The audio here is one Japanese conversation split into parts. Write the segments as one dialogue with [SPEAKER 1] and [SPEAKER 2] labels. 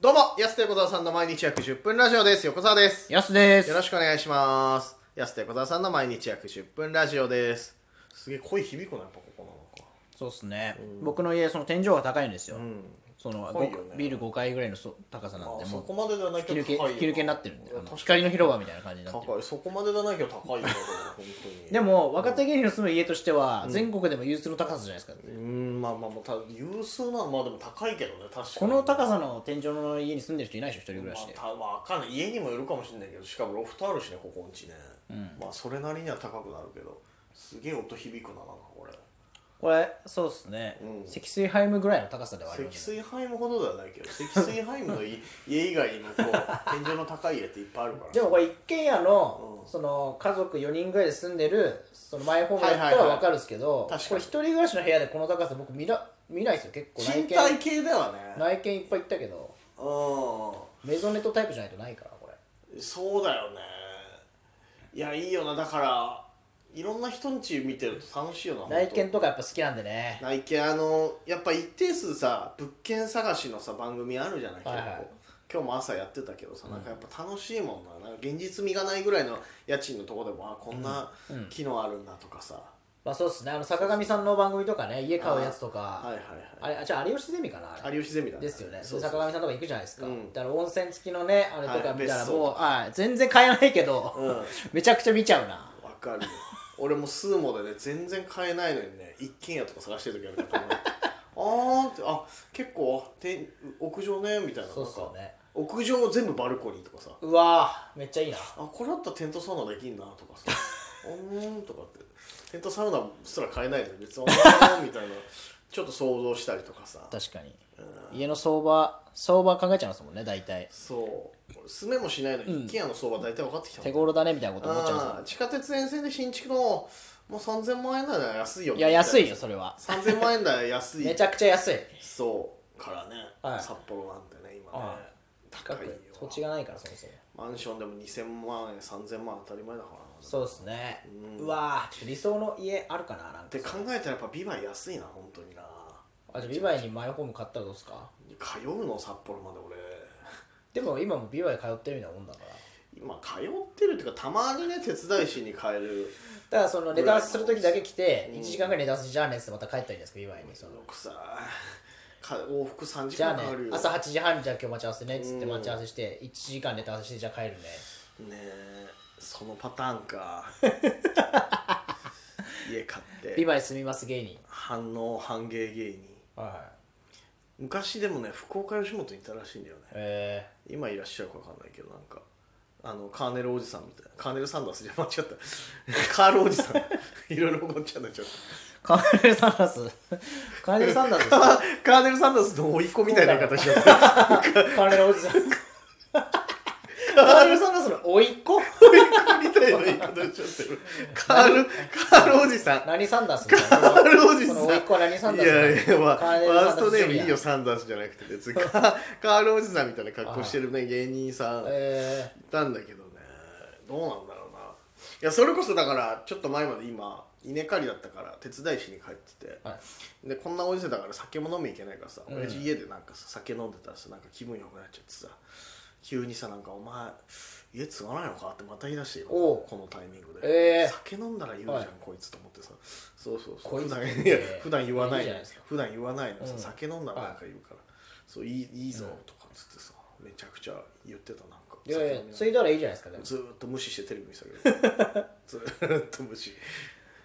[SPEAKER 1] どうも、安手小沢さんの毎日約10分ラジオです。横澤です。
[SPEAKER 2] やすで
[SPEAKER 1] よろしくお願いします。安手小沢さんの毎日約10分ラジオです。すげえ声響くな、やっぱここな
[SPEAKER 2] そうっすね、僕の家その天井が高いんですよ、
[SPEAKER 1] のか。
[SPEAKER 2] その
[SPEAKER 1] 高いよね
[SPEAKER 2] ごビル5階ぐらいのそ高さなん
[SPEAKER 1] う
[SPEAKER 2] で
[SPEAKER 1] ん。そ
[SPEAKER 2] も
[SPEAKER 1] うこまでじゃないけ
[SPEAKER 2] 吹
[SPEAKER 1] ど
[SPEAKER 2] き抜け
[SPEAKER 1] 高いよ
[SPEAKER 2] 吹き抜けになってるんで
[SPEAKER 1] いや
[SPEAKER 2] あの
[SPEAKER 1] 確かに
[SPEAKER 2] 光の広場みたいな感じになってる
[SPEAKER 1] 高い。そこまでじゃないけど高いよね、本当に。
[SPEAKER 2] で、も若手芸人の住む家としては、全国でも有数の高さじゃないですか、
[SPEAKER 1] うーん、まあまあまあ、た有数なの、まあでも高いけどね、確かに。
[SPEAKER 2] この高さの天井の家に住んでる人いないでしょ一人暮らしで、
[SPEAKER 1] まあ、たまあわかんない家にもよるかもしれないけどしかもロフトあるしねここんちね、まあそれなりには高くなるけどすげえ音響くななんかこれ
[SPEAKER 2] これそうっすね、
[SPEAKER 1] うん
[SPEAKER 2] 積水ハイムぐらいの高さではありま
[SPEAKER 1] 積
[SPEAKER 2] す
[SPEAKER 1] 水ハイムほどではないけど積水ハイムの い家以外にもこう天井の高い家っていっぱいあるから
[SPEAKER 2] でもこれ一軒家の,、
[SPEAKER 1] うん
[SPEAKER 2] その家族4人ぐらいで住んでるそのマイホームだった
[SPEAKER 1] はいは
[SPEAKER 2] ら
[SPEAKER 1] いはい
[SPEAKER 2] わかるんですけど、
[SPEAKER 1] 確かに
[SPEAKER 2] これ一人暮らしの部屋でこの高さ僕見な見ないですよ結構内
[SPEAKER 1] 賃
[SPEAKER 2] 見
[SPEAKER 1] 貸系ではね
[SPEAKER 2] 内見いっぱい行ったけど
[SPEAKER 1] う
[SPEAKER 2] メゾネットタイプじゃないとないからこれ
[SPEAKER 1] んそうだよねいやいいよなだからいろんな人んち見てると楽しいよな
[SPEAKER 2] 内
[SPEAKER 1] ほんと
[SPEAKER 2] 見とかやっぱ好きなんでね
[SPEAKER 1] 内見あのやっぱ一定数さ物件探しのさ番組あるじゃない結構、
[SPEAKER 2] はいはい
[SPEAKER 1] 今日も朝やってたけどさなんかやっぱ楽しいもんななんか現実味がないぐらいの家賃のとこでもあこんな機能あるんだとかさ、
[SPEAKER 2] まあそうっすねあの坂上さんの番組とかね家買うやつとか
[SPEAKER 1] はいはい
[SPEAKER 2] あ
[SPEAKER 1] はい
[SPEAKER 2] れあじゃあ有吉ゼミかなあれ
[SPEAKER 1] 有吉ゼミだね
[SPEAKER 2] ですよね
[SPEAKER 1] そうそう
[SPEAKER 2] 坂上さんとか行くじゃないですか、
[SPEAKER 1] うん
[SPEAKER 2] だから温泉付きのねあれと
[SPEAKER 1] はい
[SPEAKER 2] か見たら
[SPEAKER 1] 別荘
[SPEAKER 2] もう、はい、全然買えないけど、
[SPEAKER 1] うんわ
[SPEAKER 2] めちゃくちゃ見ちゃうな
[SPEAKER 1] かるよ俺もスーモでね全然買えないのにね一軒家とか探してる時あるから ああーってあ結構て屋上ねみたいな
[SPEAKER 2] そうっす
[SPEAKER 1] なん
[SPEAKER 2] よ
[SPEAKER 1] か
[SPEAKER 2] ね
[SPEAKER 1] 屋上全部バルコニーとかさ
[SPEAKER 2] うわーめっちゃいいな
[SPEAKER 1] あこれだったらテントサウナできんなとかさ 「うーん」とかってテントサウナすら買えないで別に「うーん」みたいなちょっと想像したりとかさ
[SPEAKER 2] 確かに家の相場相場考えちゃいますもんね大体
[SPEAKER 1] そう俺住めもしないのに一軒家の相場大体分かってきたもん
[SPEAKER 2] 手頃だねみたいなこと思っちゃいますもん
[SPEAKER 1] あー地下鉄沿線で新築のもう3000万円なら安いよ
[SPEAKER 2] いや安いよ
[SPEAKER 1] そ
[SPEAKER 2] それは
[SPEAKER 1] 3000万円台安い
[SPEAKER 2] めちゃくちゃ安い
[SPEAKER 1] そうからね、
[SPEAKER 2] はい
[SPEAKER 1] 札幌なんてね今ね、
[SPEAKER 2] は
[SPEAKER 1] 高
[SPEAKER 2] 高
[SPEAKER 1] いよ
[SPEAKER 2] く土地がないからそもそも
[SPEAKER 1] マンションでも2000万円3000万当たり前だからな
[SPEAKER 2] そうですね
[SPEAKER 1] うん
[SPEAKER 2] うわーちょっと理想の家あるかななん
[SPEAKER 1] って
[SPEAKER 2] か
[SPEAKER 1] 考えたらやっぱビバ安いな本当にな
[SPEAKER 2] あじゃあビバイにマイホーム買ったらどうですか
[SPEAKER 1] 通うの札幌まで俺
[SPEAKER 2] でも今もビバイ通ってるようなもんだから
[SPEAKER 1] 今通ってるっていうかたまにね手伝いしに帰る
[SPEAKER 2] だからそのネタ合わせする時だけ来て
[SPEAKER 1] うん
[SPEAKER 2] 1時間ぐらいネタ合わせじゃあねっつってまた帰ったりですかビバイにそ
[SPEAKER 1] そ
[SPEAKER 2] の
[SPEAKER 1] のくさか往復3時
[SPEAKER 2] じゃあ
[SPEAKER 1] 間
[SPEAKER 2] ね
[SPEAKER 1] かかるよ
[SPEAKER 2] 朝8時半にじゃあ今日待ち合わせねっつって
[SPEAKER 1] うん
[SPEAKER 2] 待ち合わせして1時間ネタ合わせしてじゃあ帰るね
[SPEAKER 1] ねえそのパターンか家買っ
[SPEAKER 2] ビ
[SPEAKER 1] て
[SPEAKER 2] バイ住みます芸人
[SPEAKER 1] 反応反芸芸人
[SPEAKER 2] はい
[SPEAKER 1] 昔でもね福岡吉本にいたらしいんだよね
[SPEAKER 2] え
[SPEAKER 1] 今いらっしゃるかわかんないけどなんかあのカーネルおじさんみたいなカーネル・サンダースじゃ間違った カールおじさん いろいろ怒っちゃうんだちょっと
[SPEAKER 2] ー、 カーネル・サンダースカーネル・サンダースですか
[SPEAKER 1] カーネル・サンダースの甥いっ子みたいな言い方しちゃった
[SPEAKER 2] カーネルおじさんカーネル・サンダースの甥っ 子
[SPEAKER 1] 甥いっ子 みたいな言い方しちゃってるカールカールおじさん
[SPEAKER 2] 何サンダースみたいな
[SPEAKER 1] カールおじさ
[SPEAKER 2] そ
[SPEAKER 1] ん
[SPEAKER 2] の甥っ子は何サンダー
[SPEAKER 1] い
[SPEAKER 2] スなの
[SPEAKER 1] やいや、まあ、
[SPEAKER 2] カーネル
[SPEAKER 1] ワー
[SPEAKER 2] サンダース
[SPEAKER 1] ストネーム
[SPEAKER 2] ジュニア
[SPEAKER 1] いいよサンダースじゃなくて別に カーカールおじさんみたいな格好してるね芸人さんい
[SPEAKER 2] え
[SPEAKER 1] たんだけどねどうなんだろうないやそれこそだからちょっと前まで今稲刈りだったから手伝いしに帰ってて
[SPEAKER 2] ーはい、
[SPEAKER 1] でこんなおじさんだから酒も飲みに行けないからさ
[SPEAKER 2] うん
[SPEAKER 1] 親父家でなんかさ酒飲んでたらさなんか気分良くなっちゃってさ急にさなんか「お前家継がないのか?」ってまた言い出して今
[SPEAKER 2] おう
[SPEAKER 1] このタイミングで、
[SPEAKER 2] えー
[SPEAKER 1] 酒飲んだら言うじゃん、
[SPEAKER 2] はい
[SPEAKER 1] こいつと思ってさそうそうそう
[SPEAKER 2] こいつ
[SPEAKER 1] 普段
[SPEAKER 2] って
[SPEAKER 1] いや普段言わない
[SPEAKER 2] いいじゃ
[SPEAKER 1] の
[SPEAKER 2] ないですか
[SPEAKER 1] 普段言わないのにさ、
[SPEAKER 2] うん
[SPEAKER 1] 酒飲んだらなんか言うから「そういいいいぞ」とかっつってさめちゃくちゃ言ってたなんか
[SPEAKER 2] いやいや
[SPEAKER 1] 酒飲
[SPEAKER 2] 継
[SPEAKER 1] み
[SPEAKER 2] いだらいいじゃないですかで
[SPEAKER 1] ながらず
[SPEAKER 2] も
[SPEAKER 1] ーっと無視してテレビ見てたけ どずーっと無視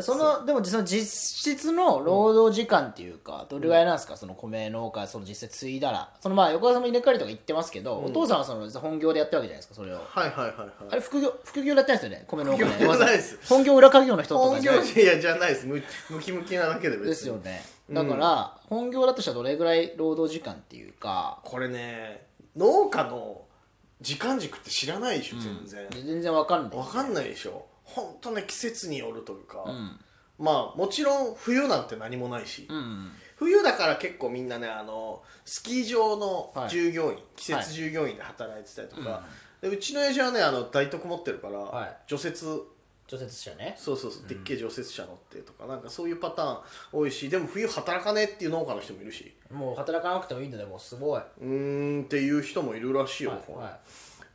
[SPEAKER 2] そのでもその実質の労働時間っていうか、どれぐらいなんですかその米農家その実際継いだらそのまあ横田さんも稲刈りとか行ってますけど、お父さんはその本業でやってるわけじゃないですかそれを
[SPEAKER 1] はいはいはい
[SPEAKER 2] あ
[SPEAKER 1] はい
[SPEAKER 2] れ副業副業でやってないですよね米農家ね
[SPEAKER 1] 副業じゃないです
[SPEAKER 2] 本業裏稼業の人とか
[SPEAKER 1] 本
[SPEAKER 2] じゃない
[SPEAKER 1] 業じゃいやじゃないですムムキムキなだけで別に
[SPEAKER 2] ですよねだから、本業だとしたらどれぐらい労働時間っていうか
[SPEAKER 1] これね農家の時間軸って知らないでしょ全然、
[SPEAKER 2] 全然わかんない
[SPEAKER 1] わかんないでしょほんとね季節によるというか、
[SPEAKER 2] うん
[SPEAKER 1] まあもちろん冬なんて何もないし、
[SPEAKER 2] うん
[SPEAKER 1] 冬だから結構みんなねあのスキー場の
[SPEAKER 2] はい
[SPEAKER 1] 従業員、季節従業員で働いてたりとか、でうちの親父はねあの大徳持ってるから、
[SPEAKER 2] はい
[SPEAKER 1] 除雪
[SPEAKER 2] 除雪車ね
[SPEAKER 1] そうそうそう、でっけえ除雪車乗ってとかなんかそういうパターン多いしでも冬働かねえっていう農家の人もいるし
[SPEAKER 2] もう働かなくてもいいんだねもうすごい、は
[SPEAKER 1] うーんっていう人もいるらしい
[SPEAKER 2] い
[SPEAKER 1] よ、これ
[SPEAKER 2] は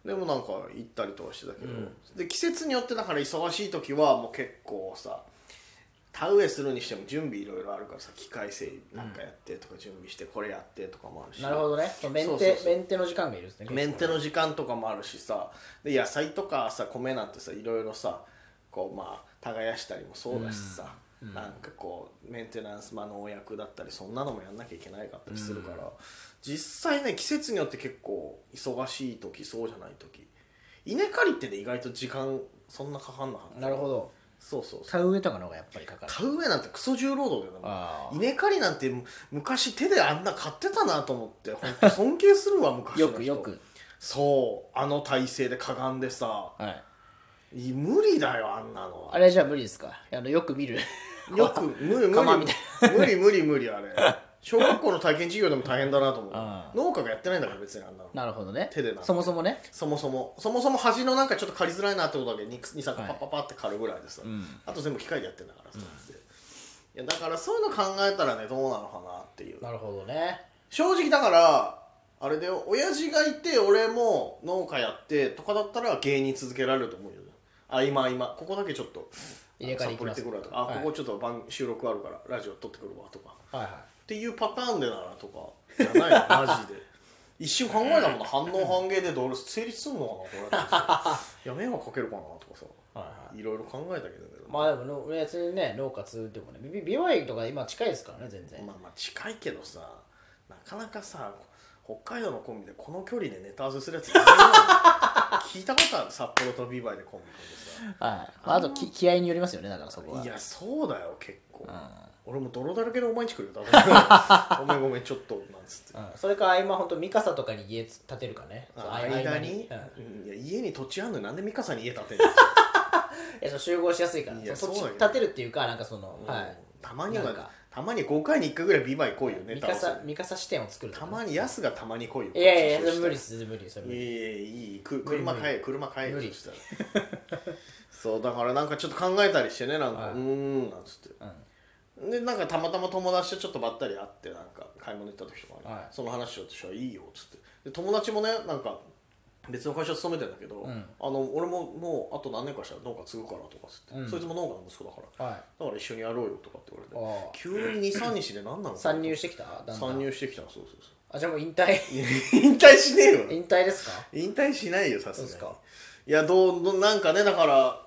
[SPEAKER 1] でもなんか行ったりとかしてたけど、で季節によってだから忙しい時はもう結構さ田植えするにしても準備いろいろあるからさ機械整備なんかやってとか準備してこれやってとかもあるし、
[SPEAKER 2] い、なるほどねそのメンテ
[SPEAKER 1] そうそうそう
[SPEAKER 2] メンテの時間がいるんですね
[SPEAKER 1] メンテの時間とかもあるしさで野菜とかさ米なんてさいろいろさこうまあ耕したりもそうだしさ、なんかこうメンテナンス、まあ、農薬だったりそんなのもやんなきゃいけないかったりするから、実際ね季節によって結構忙しい時そうじゃない時稲刈りってね意外と時間そんなかかんなかった
[SPEAKER 2] なるほど
[SPEAKER 1] そうそうそう
[SPEAKER 2] 田植えとかの方がやっぱりかかる
[SPEAKER 1] 田植えなんてクソ重労働だよな
[SPEAKER 2] あー
[SPEAKER 1] 稲刈りなんて昔手であんな買ってたなと思って本当尊敬するわ昔の
[SPEAKER 2] よ
[SPEAKER 1] 人
[SPEAKER 2] くよく
[SPEAKER 1] そうあの体勢でかがんでさ
[SPEAKER 2] はい
[SPEAKER 1] い無理だよあんなの
[SPEAKER 2] あれじゃあ無理ですかあのよく見る
[SPEAKER 1] よく無理無
[SPEAKER 2] 釜
[SPEAKER 1] 理
[SPEAKER 2] みた
[SPEAKER 1] 無理無理無理あれ小学校の体験授業でも大変だなと思う
[SPEAKER 2] ああ
[SPEAKER 1] 農家がやってないんだから別にあんなの
[SPEAKER 2] なるほどね
[SPEAKER 1] 手でなんて
[SPEAKER 2] そもそもね
[SPEAKER 1] そもそもそもそも端のなんかちょっと刈りづらいなってことだけ23個
[SPEAKER 2] はい
[SPEAKER 1] パッパッパッって刈るぐらいでさ、
[SPEAKER 2] うん
[SPEAKER 1] あと全部機械でやってんだからさ、っていやだからそういうの考えたらねどうなのかなっていう
[SPEAKER 2] なるほどね
[SPEAKER 1] 正直だからあれだよ親父がいて俺も農家やってとかだったら芸人続けられると思うよあ今今ここだけちょっと
[SPEAKER 2] 入れ替えに行き
[SPEAKER 1] あ散歩行
[SPEAKER 2] ます
[SPEAKER 1] ってくるわとかあ、
[SPEAKER 2] はい
[SPEAKER 1] ここちょっと番収録あるからラジオ撮ってくるわとかっ
[SPEAKER 2] はいはい
[SPEAKER 1] ていうパターンでならとか じゃないのマジで一瞬考えたもんな反応半減でどれ成立すんのかなこれってさ いや迷惑かけるかなとかさ
[SPEAKER 2] はいはい
[SPEAKER 1] いろいろ考えたけどね
[SPEAKER 2] まあでもの別にね農家通ってもねび美容液とか今近いですからね全然、
[SPEAKER 1] まあまあ近いけどさなかなかさ北海道のコンビでこの距離でネタ合わせするやつい ないよ聞いたことある札幌とビバイでコンビ組んで
[SPEAKER 2] はい、まあ、あとき気合によりますよねだからそこは
[SPEAKER 1] さいやそうだよ結構、
[SPEAKER 2] うん
[SPEAKER 1] 俺も泥だらけでお前んち来るよ多 分ごめんごめんちょっとなんつって
[SPEAKER 2] うんそれか今本当ミカサとかに家つ建てるかねそう
[SPEAKER 1] あ
[SPEAKER 2] 合間
[SPEAKER 1] 間に、
[SPEAKER 2] う
[SPEAKER 1] う
[SPEAKER 2] ん
[SPEAKER 1] んいや家に土地あんのになんで美香さんに家建てんの、
[SPEAKER 2] いやそう集合しやすいから
[SPEAKER 1] いや
[SPEAKER 2] そそ
[SPEAKER 1] そうだ
[SPEAKER 2] っ
[SPEAKER 1] よ
[SPEAKER 2] ち建てるっていうかなんかその、
[SPEAKER 1] うん
[SPEAKER 2] はい
[SPEAKER 1] たまには
[SPEAKER 2] なんか
[SPEAKER 1] たまに5回に1回ぐらいビバイ来いよネ
[SPEAKER 2] ミ
[SPEAKER 1] タ合
[SPEAKER 2] カ
[SPEAKER 1] わせ
[SPEAKER 2] サミカサ支店を作ると
[SPEAKER 1] た
[SPEAKER 2] かね
[SPEAKER 1] まにヤスがたまに来いよ
[SPEAKER 2] いやいやいや
[SPEAKER 1] こっち
[SPEAKER 2] 無理です無理です無
[SPEAKER 1] い
[SPEAKER 2] 理です
[SPEAKER 1] いやいいく
[SPEAKER 2] 無理
[SPEAKER 1] 車
[SPEAKER 2] 無
[SPEAKER 1] 買え車買え
[SPEAKER 2] 無理
[SPEAKER 1] そしたら そうだからなんかちょっと考えたりしてねなんか、
[SPEAKER 2] はいう
[SPEAKER 1] ーんなんつって
[SPEAKER 2] うん
[SPEAKER 1] でなんかたまたま友達とちょっとばったり会ってなんか買い物行った時とかに、
[SPEAKER 2] はい
[SPEAKER 1] その話を私はいいよっつってで友達もねなんか別の会社勤めてんだけど、
[SPEAKER 2] うん
[SPEAKER 1] あの俺ももうあと何年かしたら農家継ぐからとかつって、
[SPEAKER 2] うん
[SPEAKER 1] そいつも農家の息子だから
[SPEAKER 2] はい
[SPEAKER 1] だから一緒にやろうよとかって言われて
[SPEAKER 2] ああ
[SPEAKER 1] 急に23日で何なの
[SPEAKER 2] 参入してきただんだん
[SPEAKER 1] 参入してきたのそうそうそ
[SPEAKER 2] あじゃあもう引退
[SPEAKER 1] う い や引退しねえよ
[SPEAKER 2] 引退ですか
[SPEAKER 1] 引退しないよさす
[SPEAKER 2] そうです
[SPEAKER 1] がに
[SPEAKER 2] か
[SPEAKER 1] いやどうどうなんかねだから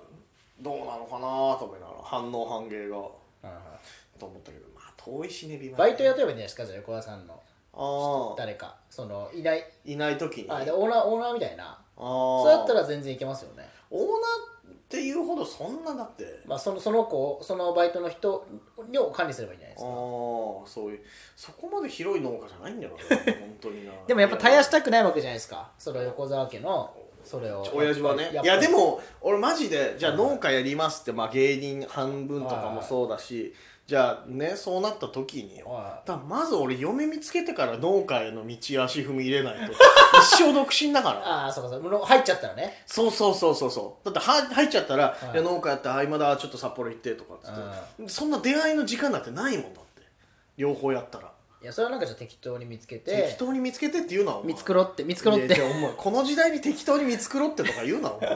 [SPEAKER 1] どうなのかなと思いながら反応半減が
[SPEAKER 2] はいは
[SPEAKER 1] と思ったけどまあ遠いしねビ
[SPEAKER 2] い
[SPEAKER 1] バ
[SPEAKER 2] バイト雇えばいいんじゃないですかじゃあ横田さんの
[SPEAKER 1] ああ
[SPEAKER 2] 誰かそのいない
[SPEAKER 1] いない時に
[SPEAKER 2] あでオーナーオーナーみたいな
[SPEAKER 1] あ
[SPEAKER 2] そうやった
[SPEAKER 1] ら
[SPEAKER 2] ら全然いけますよね
[SPEAKER 1] オーナーっていうほどそんなだって
[SPEAKER 2] まあそのその子をそのバイトの人を管理すればいいんじゃな
[SPEAKER 1] ああ
[SPEAKER 2] いですか
[SPEAKER 1] そういうそこまで広い農家じゃないんだよな 本当にな
[SPEAKER 2] でもやっぱ絶やしたくないわけじゃないですかその横澤家のそれを
[SPEAKER 1] 親父はね
[SPEAKER 2] やっ
[SPEAKER 1] い
[SPEAKER 2] ぱり
[SPEAKER 1] やでも俺マジでじゃあ農家やりますって、まあ、芸人半分とかもそうだしじゃあねそうなった時によ
[SPEAKER 2] は
[SPEAKER 1] だからまず俺嫁見つけてから農家への道足踏み入れない と一生独身だか
[SPEAKER 2] い
[SPEAKER 1] ら
[SPEAKER 2] ああそうかそうかもう入っちゃったらね
[SPEAKER 1] そうそうそうそうそうだっては入っちゃったら、
[SPEAKER 2] い
[SPEAKER 1] いや農家やって合間だちょっと札幌行ってとかっつって、そんな出会いの時間なんてないもんだって両方やったら、
[SPEAKER 2] いやそれはなんかじゃあ適当に見つけ
[SPEAKER 1] 適
[SPEAKER 2] て
[SPEAKER 1] 当に見つけてっていうのはお前
[SPEAKER 2] 見繕って見繕っ
[SPEAKER 1] いや
[SPEAKER 2] て
[SPEAKER 1] いやお前この時代に適当に見繕ってとか言うな お前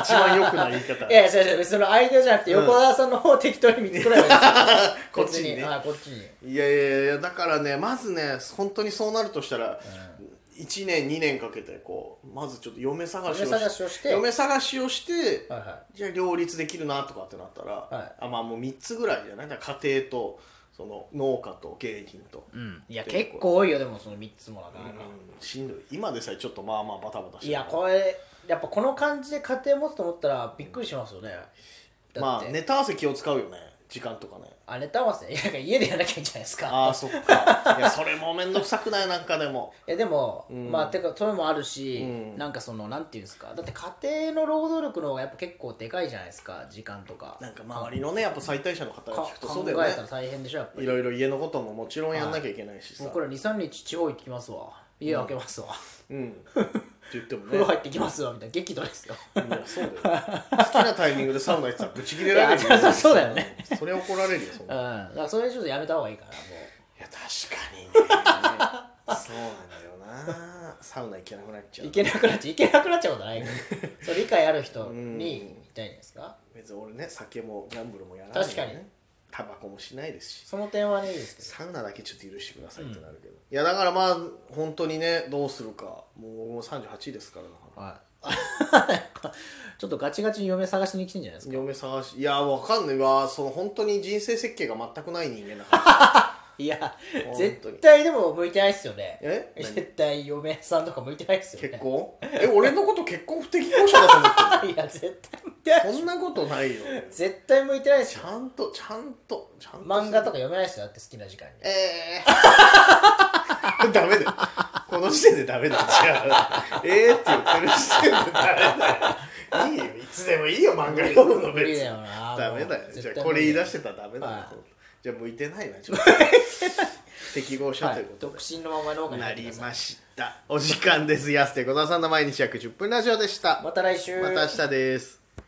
[SPEAKER 1] 一番良くない言い方
[SPEAKER 2] いやいや違う違う別にその相手じゃなくて
[SPEAKER 1] うん
[SPEAKER 2] 横澤さんの方を適当に見繕えばいいんですよ
[SPEAKER 1] こっちにね
[SPEAKER 2] 別ああこっちに
[SPEAKER 1] いやいやいやだからねまずね本当にそうなるとしたら、1年2年かけてこうまずちょっと嫁探しをし
[SPEAKER 2] 嫁探しをして
[SPEAKER 1] 嫁探しをして
[SPEAKER 2] はいは
[SPEAKER 1] じゃあ両立できるなとかってなったら、
[SPEAKER 2] はい
[SPEAKER 1] あまあもう3つぐらいじゃないだから家庭とその農家と芸人と、
[SPEAKER 2] いうんいや結構多いよでもその3つもなかな
[SPEAKER 1] うん
[SPEAKER 2] か
[SPEAKER 1] しんどい今でさえちょっとまあまあバタバタして
[SPEAKER 2] い
[SPEAKER 1] る
[SPEAKER 2] やこれやっぱこの感じで家庭持つと思ったらびっくりしますよね、だっ
[SPEAKER 1] ま
[SPEAKER 2] て、
[SPEAKER 1] あネタ合わせ気を使うよね時間 とかね
[SPEAKER 2] あネタ合わせいやなんか家でやらなきゃいいんじゃないですか
[SPEAKER 1] ああそっかいやそれも面倒くさくないなんかでも
[SPEAKER 2] いやでも、まあてかそれもあるし、
[SPEAKER 1] うん
[SPEAKER 2] なんかそのなんていうんですかだって家庭の労働力の方がやっぱ結構でかいじゃないですか時間とか
[SPEAKER 1] なんか周りのねやっぱ最大者の方
[SPEAKER 2] か
[SPEAKER 1] が
[SPEAKER 2] 考
[SPEAKER 1] 聞くとそうだ
[SPEAKER 2] え
[SPEAKER 1] よね
[SPEAKER 2] たら大変でしょやっぱ
[SPEAKER 1] い
[SPEAKER 2] り
[SPEAKER 1] ろいろ家のことももちろんやんなきゃいけないしさ、
[SPEAKER 2] もうこれ23日地方行ってきますわ家開けますわ、
[SPEAKER 1] うんって言ってもね
[SPEAKER 2] 風呂入ってきますわみたいな激怒ですよ
[SPEAKER 1] いやそうだよ好きなタイミングでサウナ行ってたらブチ切れられる
[SPEAKER 2] いやそうそうだよね
[SPEAKER 1] それ怒られるよそん
[SPEAKER 2] うん
[SPEAKER 1] ない
[SPEAKER 2] だからそれちょっとやめた方がいいからも
[SPEAKER 1] や確かにねそうなんだよなサウナ行けなくなっちゃ
[SPEAKER 2] う
[SPEAKER 1] う
[SPEAKER 2] いけなくなっちゃういけなくなっちゃうことないから それ理解ある人に言いたいんですか
[SPEAKER 1] 別に俺ね酒もギャンブルもやらない、ね、
[SPEAKER 2] 確かに
[SPEAKER 1] タバコもしないですし
[SPEAKER 2] その点はねいいですけど
[SPEAKER 1] サウナだけちょっと許してくださいってなるけど、いやだからまあ本当にねどうするかもう僕も38ですからだから
[SPEAKER 2] はい ちょっとガチガチに嫁探しに来てんじゃないですか
[SPEAKER 1] 嫁探しいやわかんないわその本当に人生設計が全くない人間だから
[SPEAKER 2] いや
[SPEAKER 1] 当に
[SPEAKER 2] 絶対でも向いてないっすよね
[SPEAKER 1] え何
[SPEAKER 2] 絶対嫁さんとか向いてないっすよね
[SPEAKER 1] 結婚え俺のこと結婚不適合者だと思ってる
[SPEAKER 2] いや絶対向いてない
[SPEAKER 1] そんなことないよ。
[SPEAKER 2] 絶対向いてないっす
[SPEAKER 1] ち
[SPEAKER 2] よ
[SPEAKER 1] ゃんと、ちゃんと、ちゃんと。
[SPEAKER 2] 漫画とか。読めないっすよだって好きな時間に
[SPEAKER 1] えー。ダメだよ。この時点でダメだよ。違う。えーって言ってる時点でダメだよ。いいよ。いつでもいいよ、漫画読むの
[SPEAKER 2] 無理
[SPEAKER 1] 別
[SPEAKER 2] だ
[SPEAKER 1] に。
[SPEAKER 2] よな
[SPEAKER 1] ダメだよ。
[SPEAKER 2] もう
[SPEAKER 1] じゃ
[SPEAKER 2] 絶対
[SPEAKER 1] あ、こ
[SPEAKER 2] 無
[SPEAKER 1] れ
[SPEAKER 2] 理
[SPEAKER 1] 言い
[SPEAKER 2] だよ
[SPEAKER 1] 出してたらダメだよ
[SPEAKER 2] はい。
[SPEAKER 1] じゃあ、向いてないな、ちょ っと。適合者
[SPEAKER 2] は
[SPEAKER 1] とい
[SPEAKER 2] いう
[SPEAKER 1] こと
[SPEAKER 2] 独
[SPEAKER 1] で。
[SPEAKER 2] 身のまま農家に
[SPEAKER 1] な
[SPEAKER 2] 入ってく
[SPEAKER 1] り
[SPEAKER 2] ださい
[SPEAKER 1] ました。お時間です。安手小沢さんの毎日約10分ラジオでした。
[SPEAKER 2] また来週
[SPEAKER 1] また明日です。